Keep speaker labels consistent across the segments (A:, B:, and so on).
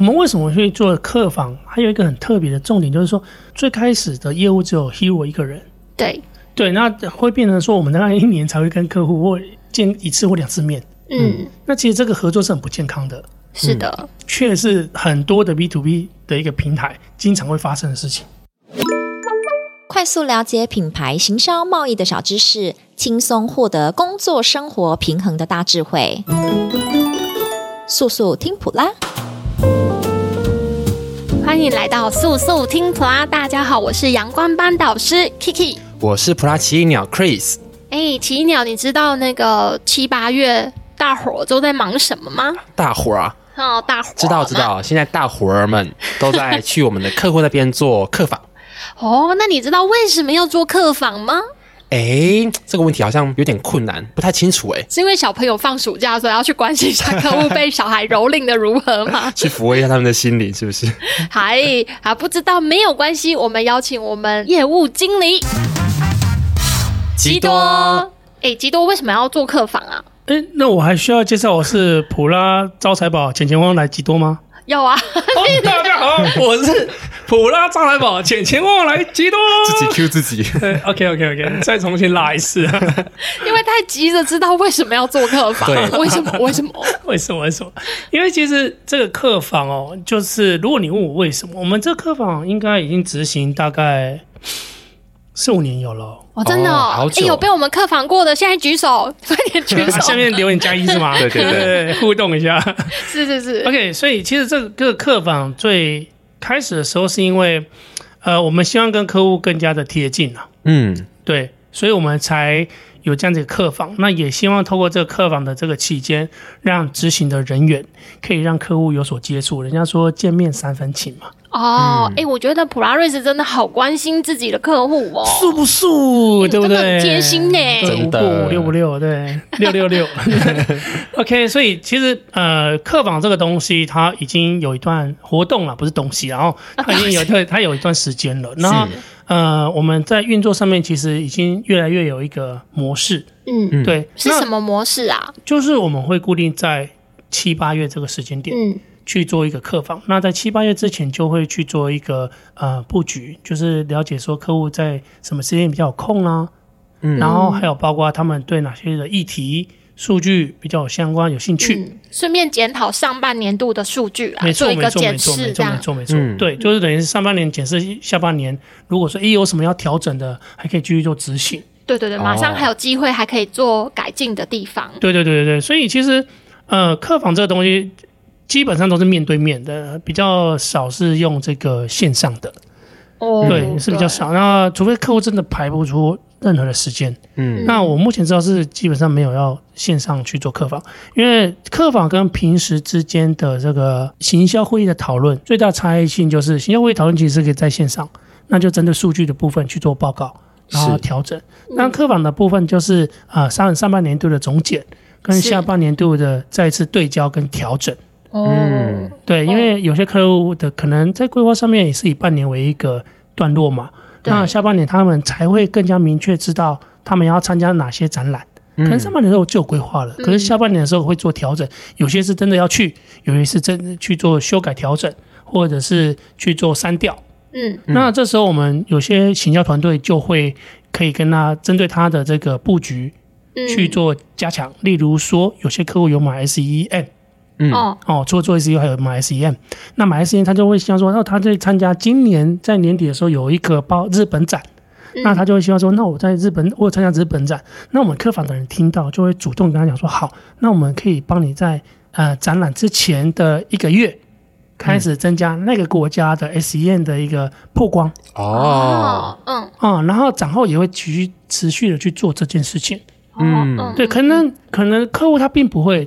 A: 我们为什么去做客访？还有一个很特别的重点，就是说最开始的业务只有 Hero 一个人，
B: 对，
A: 对，那会变成说我们大概一年才会跟客户或见一次或两次面。
B: 嗯，
A: 那其实这个合作是很不健康的，
B: 是的，
A: 却是很多的 B to B 的一个平台经常会发生的事情。
C: 快速了解品牌行销贸易的小知识，轻松获得工作生活平衡的大智慧。速速听普拉，
B: 欢迎来到速速听普拉，大家好，我是阳光班导师 Kiki。
D: 我是普拉奇异鸟 Chris，
B: 哎，奇鸟，你知道那个七八月大伙儿都在忙什么吗？
D: 大伙儿啊，
B: 哦，大伙儿
D: 知道
B: 嘛
D: 知。道，现在大伙儿们都在去我们的客户那边做客访。
B: 哦，那你知道为什么要做客访吗？
D: 哎，这个问题好像有点困难，不太清楚哎，
B: 是因为小朋友放暑假，所以要去关心一下客户被小孩蹂躏的如何 吗？
D: 去抚慰一下他们的心灵，是不是？
B: 还还不知道没有关系，我们邀请我们业务经理
D: 吉
B: 哎，吉多为什么要做客访啊？
A: 哎、那我还需要介绍我是普拉招财宝钱钱旺来吉多吗？
B: 要啊，
A: 哦，大家好，我是普拉招财宝钱钱旺来吉多。
D: 自己 Q 自己，
A: 对，OK OK OK，再重新拉一次。
B: 因为太急着知道为什么要做客访，
D: 对
B: 为什么？为什么？
A: 为什么？为什么？因为其实这个客房哦，就是如果你问我为什么，我们这客房应该已经执行大概四五年有了哦。
B: 哦，真的、
D: 哦好
B: 哎
D: 久
B: 有被我们客访过的，现在举手， 快点举 手。
A: 啊下面留言加一是吗？
D: 对对对
A: 互动一下。
B: 是是是，
A: OK，所以其实这个客房最开始的时候是因为，呃，我们希望跟客户更加的贴近啊，
D: 嗯，
A: 对，所以我们才有这样子的客房。那也希望透过这个客房的这个期间，让执行的人员可以让客户有所接触。人家说见面三分情嘛，
B: 哦，哎、我觉得普拉瑞斯真的好关心自己的客户哦。
A: 素不素，对不
B: 真的
A: 对？
B: 很贴心呢、
D: 真
A: 五
D: 的
A: 不五六不六，对，六六 六。OK，所以其实呃，客房这个东西它已经有一段活动了，不是东西，然后
B: 哦
A: 它已经有对它有一段时间了。那呃，我们在运作上面其实已经越来越有一个模式，
B: 嗯，
D: 嗯
A: 对，
B: 是什么模式啊
A: 那？就是我们会固定在七八月这个时间点
B: 嗯，
A: 去做一个客房。那在七八月之前就会去做一个呃布局，就是了解说客户在什么时间比较有空啦、
D: 嗯
A: 然后还有包括他们对哪些的议题、数据比较有相关、有兴趣。
B: 嗯顺便检讨上半年度的数据啦，
A: 没错，
B: 做一
A: 没
B: 个
A: 错，没
B: 检
A: 错，
B: 视
A: 没
B: 这
A: 错，没
B: 样。
A: 错，没错
D: 嗯。
A: 对，就是等于是上半年检视下半年，如果说诶有什么要调整的，还可以继续做执行。
B: 对对对，马上
D: 哦
B: 还有机会还可以做改进的地方。
A: 对对对对对，所以其实呃，客房这个东西基本上都是面对面的，比较少是用这个线上的，
B: 哦，
A: 对，是比较少。那除非客户真的排不出任何的时间，
D: 嗯，
A: 那我目前知道是基本上没有要线上去做客访，因为客访跟平时之间的这个行销会议的讨论最大差异性就是，行销会议讨论其实是可以在线上，那就针对数据的部分去做报告，然后
D: 是
A: 调整。
B: 嗯
A: 那客访的部分就是啊、呃上上半年度的总检跟
B: 是
A: 下半年度的再一次对焦跟调整。
B: 哦，
D: 嗯
A: 对，因为有些客户的可能在规划上面也是以半年为一个段落嘛，
B: 对
A: 那下半年他们才会更加明确知道他们要参加哪些展览。
B: 嗯
D: 嗯
A: 可能上半年的时候就有规划了，可是下半年的时候会做调整，有些是真的要去，有些是真的去做修改调整，或者是去做删掉。
B: 嗯，
A: 那这时候我们有些行销团队就会可以跟他针对他的这个布局
B: 嗯
A: 去做加强，例如说有些客户有买 E SEM，
D: 嗯
B: 哦，
A: 哦，除了做 SEO 还有买 SEM，那买 SEM 他就会希望说，那他在参加今年在年底的时候有一个包日本展，那他就会希望说，那我在日本我有参加日本展，那我们客房的人听到就会主动跟他讲说，好，那我们可以帮你在呃展览之前的一个月开始增加那个国家的 SEM 的一个曝光
D: 哦，，
B: 嗯，
A: 啊、然后展后也会持续持续的去做这件事情。
D: 嗯
B: 哦
A: 对，可能可能客户他并不会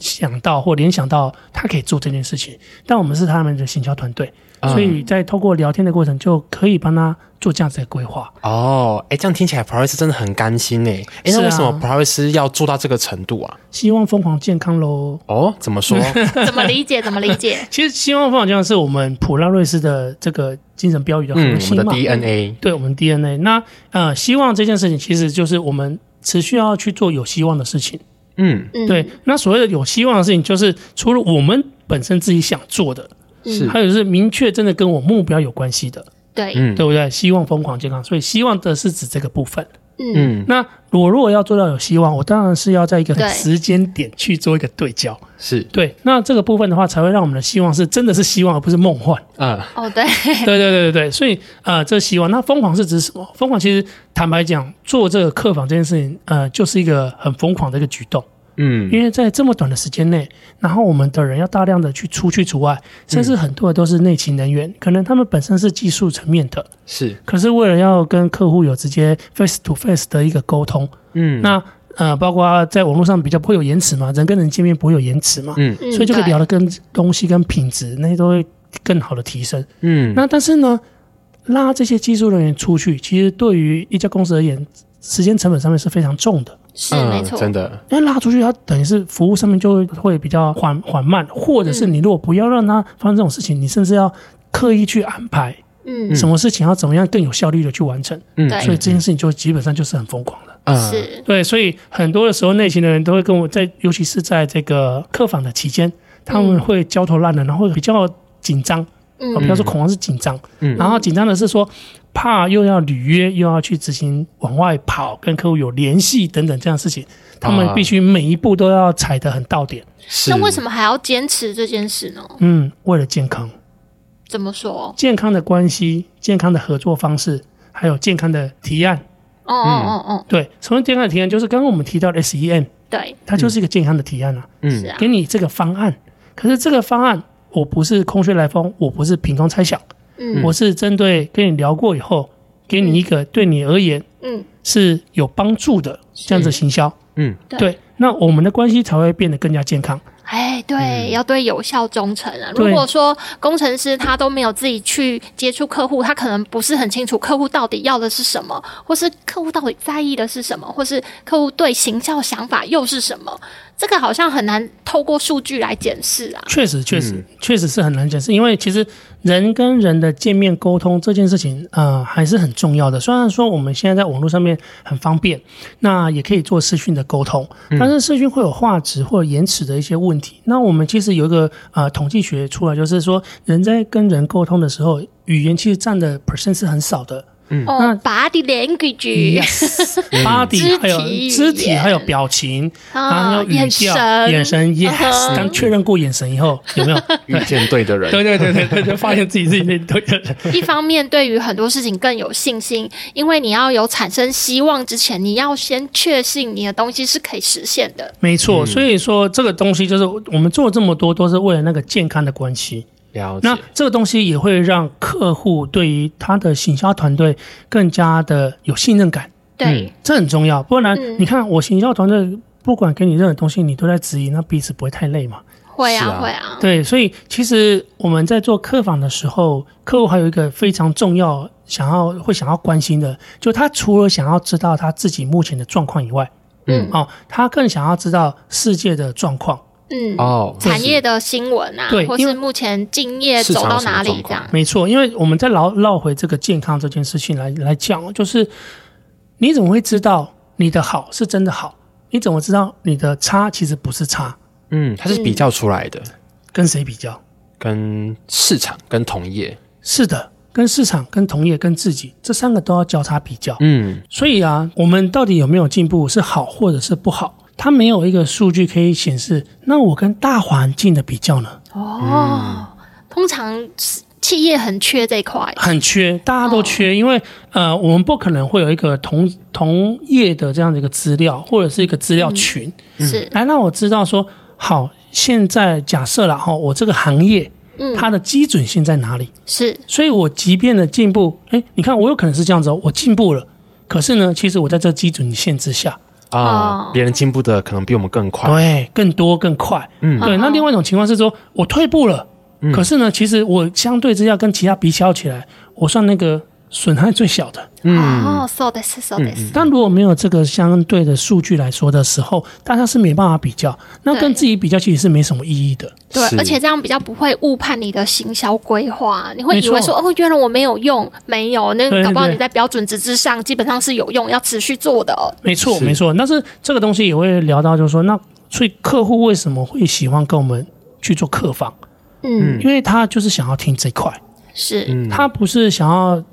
A: 想到或联想到他可以做这件事情，但我们是他们的行销团队，
D: 嗯
A: 哦所以在透过聊天的过程就可以帮他做这样子的规划。
D: 哦，哎，这样听起来普拉瑞斯真的很甘心哎，哎，
A: 是啊
D: 那为什么普拉瑞斯要做到这个程度啊？
A: 希望疯狂健康喽！
D: 哦，怎 么说？
B: 怎么理解？怎么理解？
A: 其实希望疯狂健康是我们普拉瑞斯的这个精神标语的
D: 嗯，
A: 核
D: 我们
A: 心
D: 的
A: 嘛，
D: DNA，
A: 对我们 DNA。那呃，希望这件事情其实就是我们持续要去做有希望的事情。
D: 嗯
B: 嗯，
A: 对，那所谓的有希望的事情，就是除了我们本身自己想做的，
D: 是
A: 还有就是明确真的跟我目标有关系的，
B: 对，
D: 嗯
A: 对不对？希望疯狂健康，所以希望的是指这个部分。
B: 嗯，
D: 嗯
A: 那我如果要做到有希望，我当然是要在一个很
B: 对
A: 时间点去做一个对焦。
D: 是
A: 对，那这个部分的话，才会让我们的希望是真的是希望，而不是梦 幻。
D: 啊
B: 哦，对，
A: 对对对对对，所以呃，这希望。那疯狂是指什么？疯狂其实坦白讲，做这个客访这件事情，呃，就是一个很疯狂的一个举动。
D: 嗯
A: 因为在这么短的时间内，然后我们的人要大量的去出去除
D: 嗯
A: 外，甚至很多的都是内勤人员，可能他们本身是技术层面的，
D: 是
A: 可是为了要跟客户有直接 face to face 的一个沟通，
D: 嗯
A: 那呃，包括在网络上比较不会有延迟嘛，人跟人见面不会有延迟嘛，
D: 嗯
B: 嗯
A: 所以就可以
B: 对
A: 聊得更东西跟品质那些都会更好的提升。
D: 嗯
A: 那但是呢，拉这些技术人员出去，其实对于一家公司而言，时间成本上面是非常重的。
B: 是
D: 嗯
B: 没错，
D: 真的
A: 因为拉出去，它等于是服务上面就会比较缓缓慢，或者是你如果不要让它发生这种事情，你甚至要刻意去安排
B: 嗯，
A: 什么事情要怎么样更有效率的去完成，
D: 嗯
B: 对
A: 所以这件事情就基本上就是很疯狂的。
D: 啊
B: 是，
A: 对，所以很多的时候，内勤的人都会跟我在，尤其是在这个客访的期间，他们会焦头烂额，然后比较紧张，
B: 嗯
A: 哦，不要说恐慌是紧张，
D: 嗯
A: 然后紧张的是说怕又要履约，又要去执行往外跑，跟客户有联系等等这样的事情，他们必须每一步都要踩得很到点。
D: 是
B: 那为什么还要坚持这件事呢？
A: 嗯，为了健康，
B: 怎么说？
A: 健康的关系、健康的合作方式，还有健康的提案。
B: 哦哦
A: 嗯
B: 哦哦，
A: 对，什么健康的提案？就是刚刚我们提到的 SEM，
B: 对，
A: 它就是一个健康的提案啊。
B: 是
D: 嗯
B: 啊，
A: 给你这个方案，可是这个方案我不是空穴来风，我不是凭空猜想，
B: 嗯
A: 我是针对跟你聊过以后，给你一个对你而言
B: 嗯，
A: 是有帮助的这样子行销。
D: 嗯
B: 对
A: 对，那我们的关系才会变得更加健康。
B: 哎，对，要对有效忠诚啊。
A: 嗯对
B: 如果说工程师他都没有自己去接触客户，他可能不是很清楚客户到底要的是什么，或是客户到底在意的是什么，或是客户对行销想法又是什么，这个好像很难透过数据来检视啊。
A: 确实，确实，确实是很难解释，因为其实人跟人的见面沟通这件事情，呃，还是很重要的。虽然说我们现在在网络上面很方便，那也可以做视讯的沟通，但是视讯会有画质或者延迟的一些问题。那我们其实有一个呃统计学出来，就是说人在跟人沟通的时候，语言其实占的 percent 是很少的。
B: 哦，body language，
A: Yes，body 还有
B: 肢体语言
A: 肢体还有表情， 然后还有语
B: 啊眼
A: 调、
B: 神，
A: 眼神
B: 嗯
A: yes。
B: 哼
A: 当确认过眼神以后，有没有？
D: 遇见对的人
A: 对对对对对，就发现自己是对对对，
B: 一方面对于很多事情更有信心，因为你要有产生希望之前，你要先确信你的东西是可以实现
D: 嗯
B: 的。
A: 没错。所以说这个东西就是我们做这么多都是为了那个健康的关系。
D: 了解
A: 那这个东西也会让客户对于他的行销团队更加的有信任感，
B: 对，
A: 这很重要。不然
B: 嗯
A: 你看我行销团队。不管给你任何东西，你都在质疑，那彼此不会太累嘛？
B: 会
D: 是
B: 啊，
D: 啊
B: 会啊，
A: 对，所以其实我们在做客访的时候，客户还有一个非常重要想要会想要关心的，就他除了想要知道他自己目前的状况以外，
D: 嗯
A: 哦，他更想要知道世界的状况。
B: 嗯，
D: 哦
B: 产业的新闻啊
A: 对，
B: 或
A: 因
B: 是
A: 为
B: 目前敬业
D: 市
B: 走
D: 场
B: 到
D: 什么
B: 哪里
D: 状
B: 这样
D: 况？
A: 没错，因为我们再绕绕回这个健康这件事情来来讲，哦就是你怎么会知道你的好是真的好？你怎么知道你的差其实不是差？
D: 嗯，它是比较出来的，
A: 跟谁比较？
D: 跟市场跟同业
A: 是的，跟市场、跟同业、跟自己这三个都要交叉比较。
D: 嗯
A: 所以啊，我们到底有没有进步，是好或者是不好？它没有一个数据可以显示。那我跟大环境的比较呢，
B: 哦，通常企业很缺这一块，
A: 很缺，大家都缺，因为呃，我们不可能会有一个同同业的这样的一个资料，或者是一个资料群，
D: 嗯
B: 是
A: 来让我知道说，好，现在假设了哈，我这个行业
B: 嗯
A: 它的基准性在哪里？
B: 是，
A: 所以我即便的进步，哎，你看我有可能是这样子哦，我进步了，可是呢，其实我在这基准线之下，
D: 啊
B: 哦，
D: 别人进步的可能比我们更快，
A: 对，更多更快。
D: 嗯
A: 对。那另外一种情况是说，我退步了，可是呢，其实我相对之下跟其他比较起来，我算那个损害最小的。
D: 嗯
B: 哦，so this so this，
A: 但如果没有这个相对的数据来说的时候，大家是没办法比较，那跟
B: 对
A: 自己比较其实是没什么意义的。
B: 对
D: 是，
B: 而且这样比较不会误判你的行销规划，你会
A: 没
B: 以为
A: 错
B: 说哦，原来我没有用，没有，那
A: 对对
B: 搞不好
A: 对
B: 你在标准值之上基本上是有用，要持续做的。哦
A: 没错，
D: 是
A: 没错。但是这个东西也会聊到，就是说，那所以客户为什么会喜欢跟我们去做客访？
B: 嗯，
A: 因为他就是想要听这块，
B: 是，
D: 嗯，
A: 他不是想要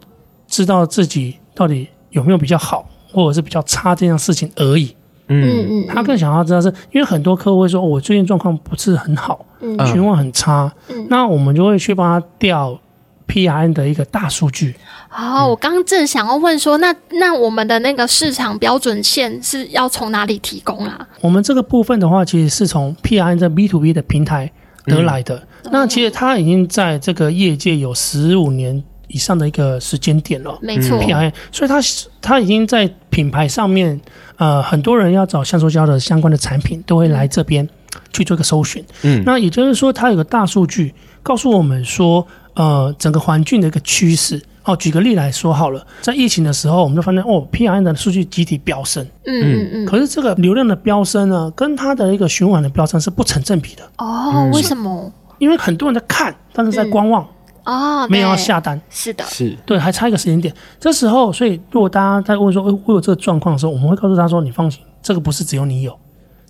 A: 知道自己到底有没有比较好，或者是比较差这样事情而已。
D: 嗯
B: 嗯嗯，
A: 他更想要知道是，因为很多客户会说，哦我最近状况不是很好，
B: 嗯
A: 情况很差
B: 嗯，
A: 那我们就会去帮他调 PRN 的一个大数据。嗯
B: 哦，我刚刚正想要问说，那那我们的那个市场标准线是要从哪里提供啊？
A: 我们这个部分的话，其实是从 PRN 这 B to B 的平台得来的。那其实他已经在这个业界有十五年以上的一个时间点了。
B: 没错，
A: PRN，所以他他已经在品牌上面，呃，很多人要找橡树胶的相关的产品，都会来这边去做一个搜寻。
D: 嗯
A: 那也就是说，它有个大数据告诉我们说，呃，整个环境的一个趋势。哦，举个例来说好了，在疫情的时候，我们就发现哦，PRN 的数据集体飙升，
B: 嗯嗯嗯，
A: 可是这个流量的飙升呢，跟它的一个循环的飙升是不成正比的，
B: 哦，为什么？
A: 因为很多人在看，但是在观望，
B: 哦，
A: 没有要
B: 对，
A: 下单。
B: 是的，
D: 是
A: 对，还差一个时间点。这时候，所以如果大家在问说，哎、我有这个状况的时候，我们会告诉他说，你放心，这个不是只有你有，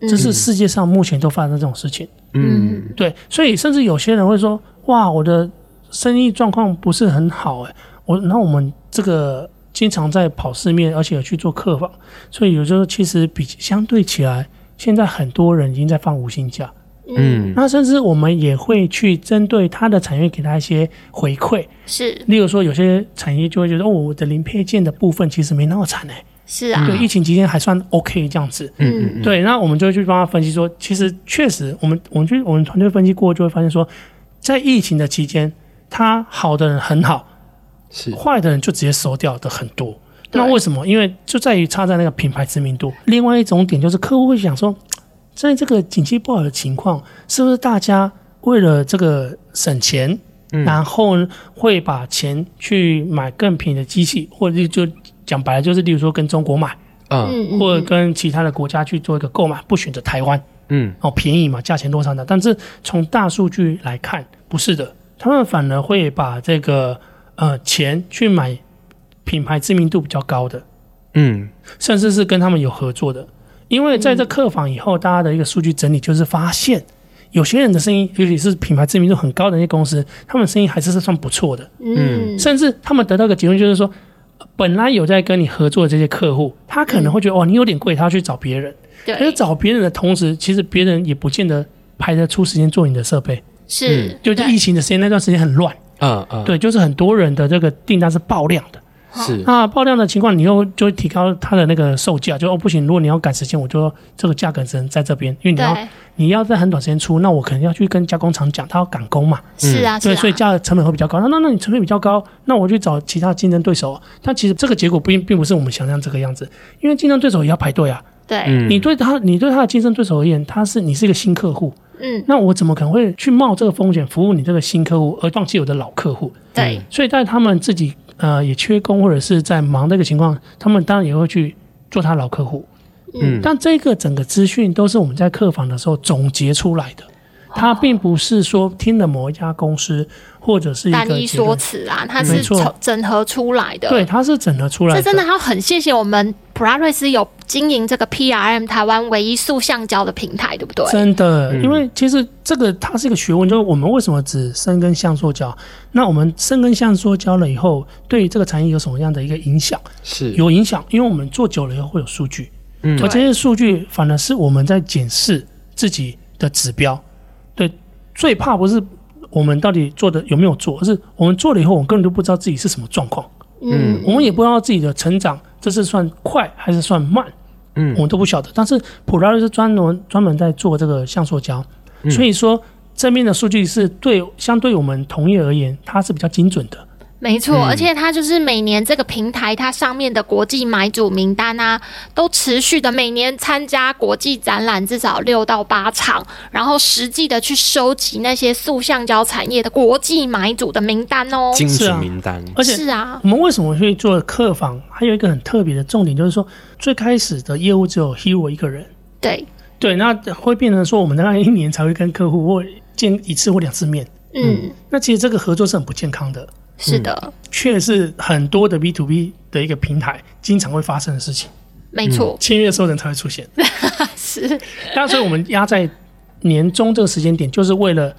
A: 这是世界上目前都发生这种事情。
D: 嗯
A: 对，所以甚至有些人会说，哇，我的生意状况不是很好、哎，我那我们这个经常在跑市面，而且有去做客访，所以有时候其实比相对起来，现在很多人已经在放无薪假，
D: 嗯
A: 那甚至我们也会去针对他的产业给他一些回馈，
B: 是
A: 例如说，有些产业就会觉得，哦，我的零配件的部分其实没那么惨哎、
B: 是啊，
A: 对，疫情期间还算 OK 这样子。
D: 嗯嗯，
A: 对，那我们就会去帮他分析说，其实确实我，们我们去我们团队分析过，就会发现说，在疫情的期间，他好的人很好，
D: 是
A: 坏的人就直接收掉的很多。
B: 对
A: 那为什么？因为就在于差在那个品牌知名度。另外一种点就是客户会想说，在这个景气不好的情况，是不是大家为了这个省钱，
D: 嗯
A: 然后会把钱去买更便宜的机器，或者就讲白了就是，例如说跟中国买，
D: 嗯
B: 嗯嗯
A: 或者跟其他的国家去做一个购买，不选择台湾。
D: 嗯
A: 哦，便宜嘛，价钱落差大。但是从大数据来看，不是的，他们反而会把这个呃钱去买品牌知名度比较高的，
D: 嗯
A: 甚至是跟他们有合作的。因为在这客访以后，大家的一个数据整理就是发现，有些人的生意，尤其是品牌知名度很高的那些公司，他们生意还是算不错的。
B: 嗯
A: 甚至他们得到一个结论就是说，呃本来有在跟你合作的这些客户，他可能会觉得、哦你有点贵，他要去找别人。可是
B: 对
A: 找别人的同时，其实别人也不见得排得出时间做你的设备。
B: 是，
A: 嗯就在疫情的时间那段时间很乱，
D: 嗯嗯，
A: 对，就是很多人的这个订单是爆量的。
D: 是
A: 那爆量的情况，你又就会提高它的那个售价，就哦不行，如果你要赶时间，我就这个价格只能在这边，因为你要
B: 对
A: 你要在很短时间出，那我可能要去跟加工厂讲，他要赶工嘛，
B: 是啊是
A: 对，
B: 啊，
A: 所以价格成本会比较高。那那那你成本比较高，那我去找其他竞争对手啊。但其实这个结果并并不是我们想象这个样子，因为竞争对手也要排队啊。
B: 对，
D: 嗯
A: 你对他，你对他的竞争对手而言，他是你是一个新客户，
B: 嗯
A: 那我怎么可能会去冒这个风险服务你这个新客户，而放弃我的老客户？
B: 对，
A: 所以在他们自己呃也缺工或者是在忙这个情况，他们当然也会去做他老客户。
D: 嗯
A: 但这个整个资讯都是我们在客访的时候总结出来的，
B: 哦
A: 它并不是说听了某一家公司或者是一
B: 单
A: 个
B: 一
A: 结论
B: 说辞啊，它
A: 没
B: 是
A: 错
B: 整整合出来的，
A: 对，它是整合出来
B: 这真的要很谢谢我们普拉瑞斯有经营这个 PRM 台湾唯一塑橡胶的平台，对不对？
A: 真的，因为其实这个它是一个学问，就是我们为什么只深耕橡塑胶？那我们深耕橡塑胶了以后，对于这个产业有什么样的一个影响？
D: 是
A: 有影响，因为我们做久了以后会有数据，
D: 嗯
A: 而这些数据反而是我们在检视自己的指标。对，最怕不是我们到底做的有没有做，而是我们做了以后，我们根本就不知道自己是什么状况，
B: 嗯，
A: 我们也不知道自己的成长这是算快还是算慢。
D: 嗯
A: 我们都不晓得。但是普拉瑞是专门专门在做这个橡塑胶，所以说这边的数据是对相对我们同业而言，它是比较精准的。
B: 没错，
A: 嗯
B: 而且它就是每年这个平台它上面的国际买主名单啊，都持续的每年参加国际展览至少六到八场，然后实际的去收集那些塑橡胶产业的国际买主的名单哦。
D: 金主名单，
A: 而且
B: 是啊，
A: 我们为什么会做客房？还有一个很特别的重点，就是说最开始的业务只有 Hero 一个人，
B: 对，
A: 对，那会变成说我们大概一年才会跟客户或见一次或两次面。
B: 嗯，
A: 那其实这个合作是很不健康的，
B: 是的，
A: 却是很多的 B to B 的一个平台经常会发生的事情。
B: 没错，
A: 签约的时候人才会出现，
B: 是
A: 嗯那所以我们压在年终这个时间点，就是为了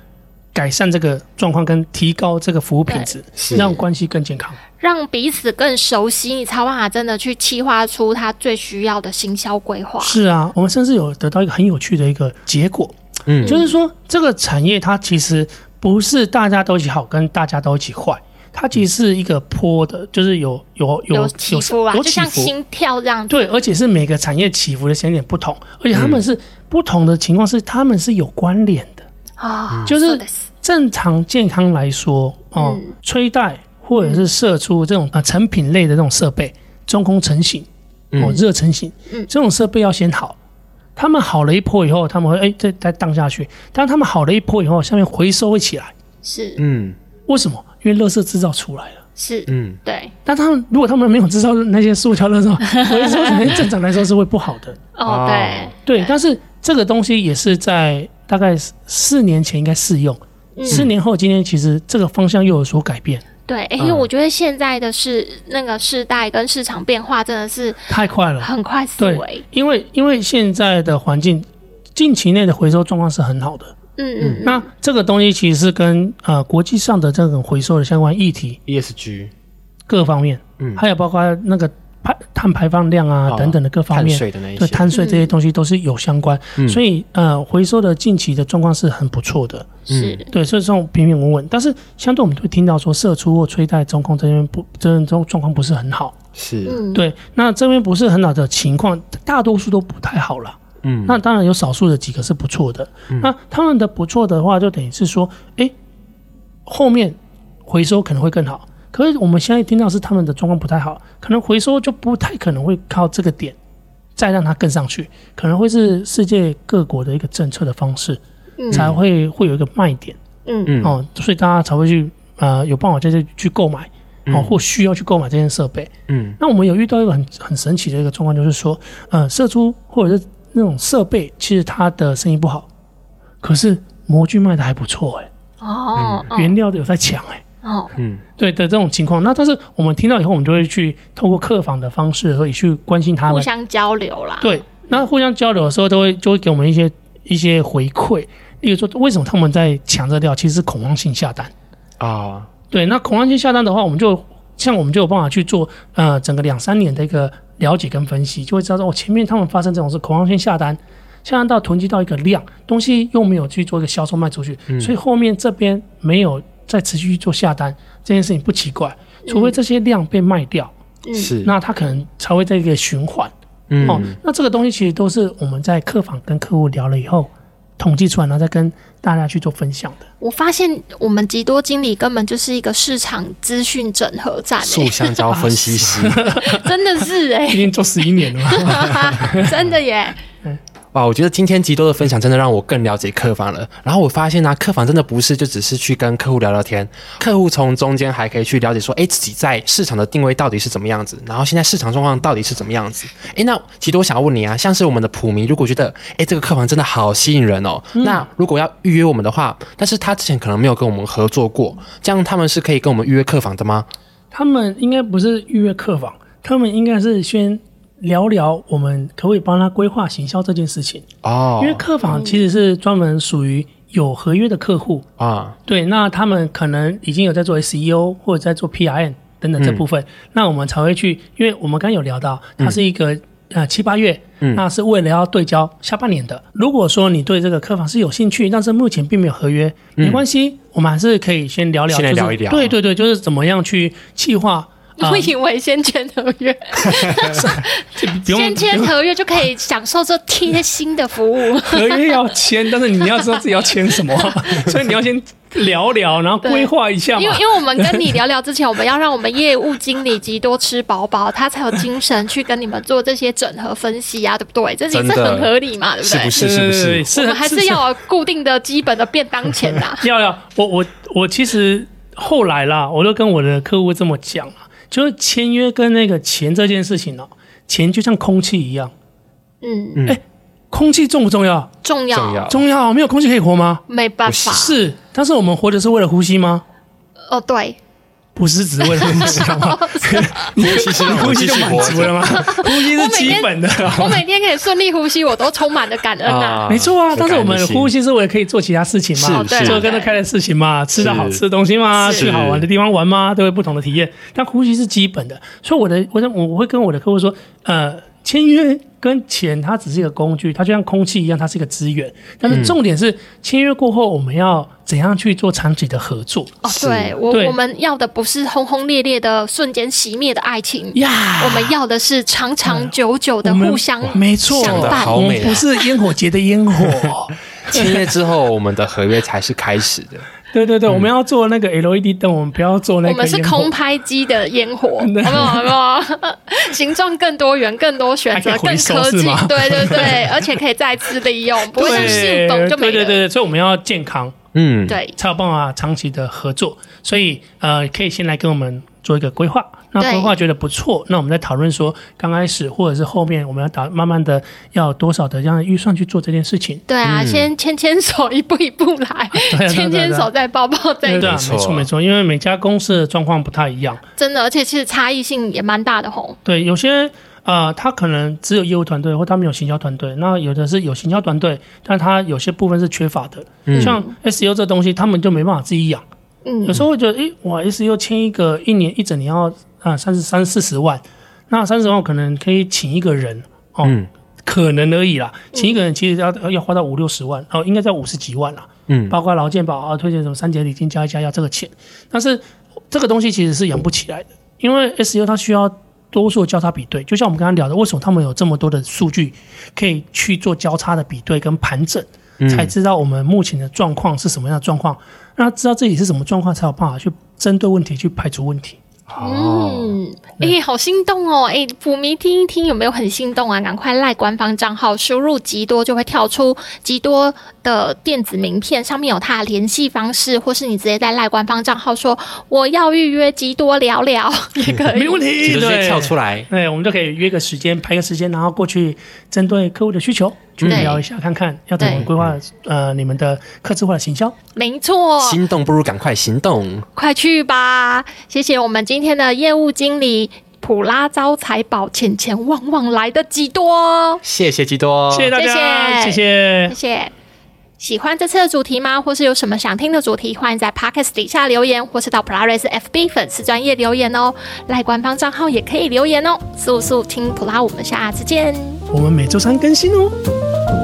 A: 改善这个状况跟提高这个服务品质，
D: 是
A: 让关系更健康。
B: 让彼此更熟悉，你才有办法真的去企划出他最需要的行销规划。
A: 是啊，我们甚至有得到一个很有趣的一个结果，
D: 嗯，
A: 就是说这个产业它其实不是大家都一起好，跟大家都一起坏，它其实是一个坡的，就是有有有
B: 有起伏啊，
A: 有
B: 就
A: 起
B: 像
A: 伏。
B: 心跳这样子。
A: 对，而且是每个产业起伏的时间点不同，而且他们是不同的情况是他们是有关联的。
B: 啊，
A: 就是
B: そうです
A: 正常健康来说，哦、
B: 嗯
A: 吹带或者是射出这种呃成品类的这种设备，中空成型，哦，热成型，
B: 嗯
A: 这种设备要先好。他们好了一波以后，他们会哎再再荡下去。当他们好了一波以后，下面回收会起来，
B: 是
D: 嗯
A: 为什么？因为垃圾制造出来了。
B: 是，
D: 嗯
B: 对
A: 但他们如果他们没有制造那些塑胶垃圾，回收起来正常来说是会不好的。
B: 哦对，
A: 对，但是这个东西也是在大概四年前应该试用，
D: 嗯
A: 四年后今天其实这个方向又有所改变，
B: 对，诶因为
D: 嗯
B: 我觉得现在的是那个世代跟市场变化真的是
A: 太快了。
B: 很快思
A: 对
B: 维，，
A: 因为因为现在的环境，近期内的回收状况是很好的。
B: 嗯嗯，
A: 那这个东西其实是跟呃国际上的这种回收的相关议题
D: E ，ESG
A: 各方面，
D: 嗯
A: 还有包括那个排碳排放量啊
D: 哦
A: 等等的各方
D: 碳
A: 面，
D: 水的那一
A: 对
D: 些，
A: 碳税这些东西都是有相关，
D: 嗯
A: 所以呃，回收的近期的状况是很不错的，
B: 是
A: 对，所以这种平平稳稳，但是相对我们会听到说射出或吹带中控这边不，这边状状况不是很好，
D: 是
B: 嗯
A: 对，那这边不是很好的情况，大多数都不太好了。
D: 嗯
A: 那当然有少数的几个是不错的，那他们的不错的话，就等于是说，哎、后面回收可能会更好。可是我们现在听到是他们的状况不太好，可能回收就不太可能会靠这个点再让它更上去，可能会是世界各国的一个政策的方式，才会会有一个卖点
B: 嗯
D: 嗯
A: 哦，所以大家才会去呃有办法在这去购买哦，或需要去购买这件设备。
D: 嗯
A: 那我们有遇到一个很很神奇的一个状况，就是说，呃，射出或者是那种设备，其实它的生意不好，可是模具卖的还不错、欸，
B: 哦哦
A: 原料的有在抢、欸，
B: 哦
D: 嗯
A: 对的这种情况。那但是我们听到以后，我们就会去透过客访的方式，所以去关心他
B: 互
A: 们，
B: 相交流啦，
A: 对，那互相交流的时候，都会就会给我们一些一些回馈，例如说为什么他们在抢这料，其实是恐慌性下单。
D: 啊
A: 对，那恐慌性下单的话，我们就像我们就有办法去做呃整个两三年的一个了解跟分析，就会知道说哦，前面他们发生这种事，恐慌性下单，下单到囤积到一个量，东西又没有去做一个销售卖出去，所以后面这边没有再持续去做下单这件事情不奇怪，除非这些量被卖掉，
D: 是
A: 那它可能才会在一个循环。
D: 嗯
A: 哦，那这个东西其实都是我们在客房跟客户聊了以后统计出来，然后再跟大家去做分享的。
B: 我发现我们极多经理根本就是一个市场资讯整合站、
D: 树
B: 欸，
D: 香蕉分析师
B: 真的是哎、
A: 已经做十一年了嘛。
B: 真的耶，
A: 嗯
D: 哇，我觉得今天吉多的分享真的让我更了解客房了。然后我发现呢、客房真的不是就只是去跟客户聊聊天，客户从中间还可以去了解说，哎，自己在市场的定位到底是怎么样子，然后现在市场状况到底是怎么样子。哎，那吉多，我想要问你啊，像是我们的普迷，如果觉得哎这个客房真的好吸引人哦，
A: 嗯
D: 那如果要预约我们的话，但是他之前可能没有跟我们合作过，这样他们是可以跟我们预约客房的吗？
A: 他们应该不是预约客房，他们应该是先聊聊我们可不可以帮他规划行销这件事情，
D: 哦
A: 因为客房其实是专门属于有合约的客户，
D: 啊，
A: 对，那他们可能已经有在做 SEO 或者在做 PRN 等等这
D: 嗯
A: 部分，那我们才会去，因为我们刚刚有聊到，它是一个、呃七八月。
D: 嗯
A: 那是为了要对焦下半年的。如果说你对这个客房是有兴趣，但是目前并没有合约，没关系，我们还是可以先聊聊，
D: 嗯先来
A: 就是
D: 聊一聊
A: 对对对，就是怎么样去计划。啊
B: 我以为先签合约，
A: 呃不用
B: 先签合约就可以享受这贴心的服务。
A: 合约要签，但是你要知道自己要签什 么，所以你要先聊聊，然后规划一下嘛
B: 因为。因为我们跟你聊聊之前，我们要让我们业务经理及多吃饱饱，他才有精神去跟你们做这些整合分析啊，对不对？这是
D: 真
B: 这
D: 的
B: 很合理嘛，对不
D: 是
B: 对？
D: 不是
A: 对对
D: 是不
A: 对对
D: 是？
A: 是
B: 我们还是要有固定的基本的便当钱啊 呐、
A: 要要，我我我其实后来啦，我都跟我的客户这么讲啊，就是签约跟那个钱这件事情哦、钱就像空气一样，
B: 嗯，
A: 空气重不重要？
B: 重要，
D: 重要
A: 重要啊，没有空气可以活吗？
B: 没办法。
A: 是，但是我们活着是为了呼吸吗？
B: 哦，对，
A: 不是只为了呼吸啊好 吗？你
D: 呼吸是让我
A: 呼吸就
D: 继续
A: 满
D: 活
A: 足了吗？呼吸是基本的。啊
B: 我每天可以顺利呼吸，我都充满了感恩呐、
A: 没错啊，但是我们呼
D: 吸
A: 吸是为了可以做其他事情嘛，
B: 哦对
D: 是
A: 做更多开的事情嘛，吃到好吃的东西嘛，
B: 是
A: 去好玩的地方玩嘛，都有不同的体验。但呼吸是基本的，所以我的我的我会跟我的客户说，呃，签约跟钱它只是一个工具，它就像空气一样，它是一个资源。但是重点是签约过后，我们要怎样去做长期的合作
B: 哦，对我
A: 对
B: 我们要的不是轰轰烈烈的瞬间熄灭的爱情，
A: 呀？
B: 我们要的是长长久久的
A: 我们
B: 互相
A: 没错，
B: 相伴。
D: 好
A: 我
D: 美
A: 们
D: 啊
A: 不是烟火节的烟火。
D: 签约之后，我们的合约才是开始 的。
A: 对对对，我们要做那个 LED 灯，我们不要做那
B: 我
A: 个
B: 们是
A: 烟火
B: 空拍机的烟火， 有
A: 对
B: 没有？有没有？ 形状更多元，更多选择
A: 还，可以
B: 更
A: 回收
B: 科技
A: 是吗，
B: 对对 对，而且可以再次利用，不会像
A: 对
B: 信封就没
A: 对对
B: 了。
A: 对，所以我们要健康，
D: 嗯，
B: 对，
A: 才有办法啊长期的合作。所以呃，可以先来跟我们做一个规划。那
B: 对
A: 规划觉得不错，那我们再讨论说，刚开始或者是后面我们要打慢慢的要有多少的这样的预算去做这件事情。
B: 对啊，先牵牵手，一步一步来
A: 嗯 对啊对，啊对啊
B: 牵牵
A: 对啊
B: 手再抱抱，再
A: 对对啊，
D: 没错
A: 没错没错，因为每家公司的状况不太一样。
B: 真的，而且其实差异性也蛮大的吼。
A: 对，有些呃，他可能只有业务团队，或他没有行销团队。那有的是有行销团队，但他有些部分是缺乏的。
D: 嗯
A: 像 SEO 这东西，他们就没办法自己养。
B: 嗯
A: 有时候会觉得，诶，我 SEO 签一个一年一整年要啊三十三四十万，那三十万我可能可以请一个人哦，
D: 嗯
A: 可能而已啦，请一个人其实要要花到五六十万，哦，应该在五十几万啦。
D: 嗯
A: 包括劳健保啊、推荐什么三节礼金加一加要这个钱，但是这个东西其实是养不起来的，因为 SEO 它需要多做交叉比对，就像我们刚刚聊的，为什么他们有这么多的数据可以去做交叉的比对跟盘整，
D: 嗯
A: 才知道我们目前的状况是什么样的状况，那知道自己是什么状况，才有办法去针对问题去排除问题。
D: 哦，
B: 嗯，哎、好心动哦！哎、普迷听一听有没有很心动啊？赶快赖官方账号，输入极多就会跳出极多的电子名片，上面有他的联系方式，或是你直接在赖官方账号说我要预约极多聊聊也可以。
A: 没问
D: 你
A: 题，
D: 就直接
A: 对，
D: 跳出来。
A: 对，我们就可以约个时间，排个时间，然后过去针对客户的需求去
B: 对
A: 聊一下，看看要怎么
B: 对
A: 规划呃你们的客制化的行销。
B: 没错，
D: 心动不如赶快行动。
B: 快去吧！谢谢我们今天的业务经理普拉招财宝钱钱旺旺来的极多哦。
D: 谢谢基多，
A: 谢谢大家，
B: 谢谢
A: 谢谢
B: 谢。谢。喜欢这次的主题吗？或是有什么想听的主题，欢迎在 Podcast 底下留言，或是到 Polaris FB 粉丝专业留言哦。赖官方账号也可以留言哦。速速听普拉，我们下次见。
A: 我们每周三更新哦。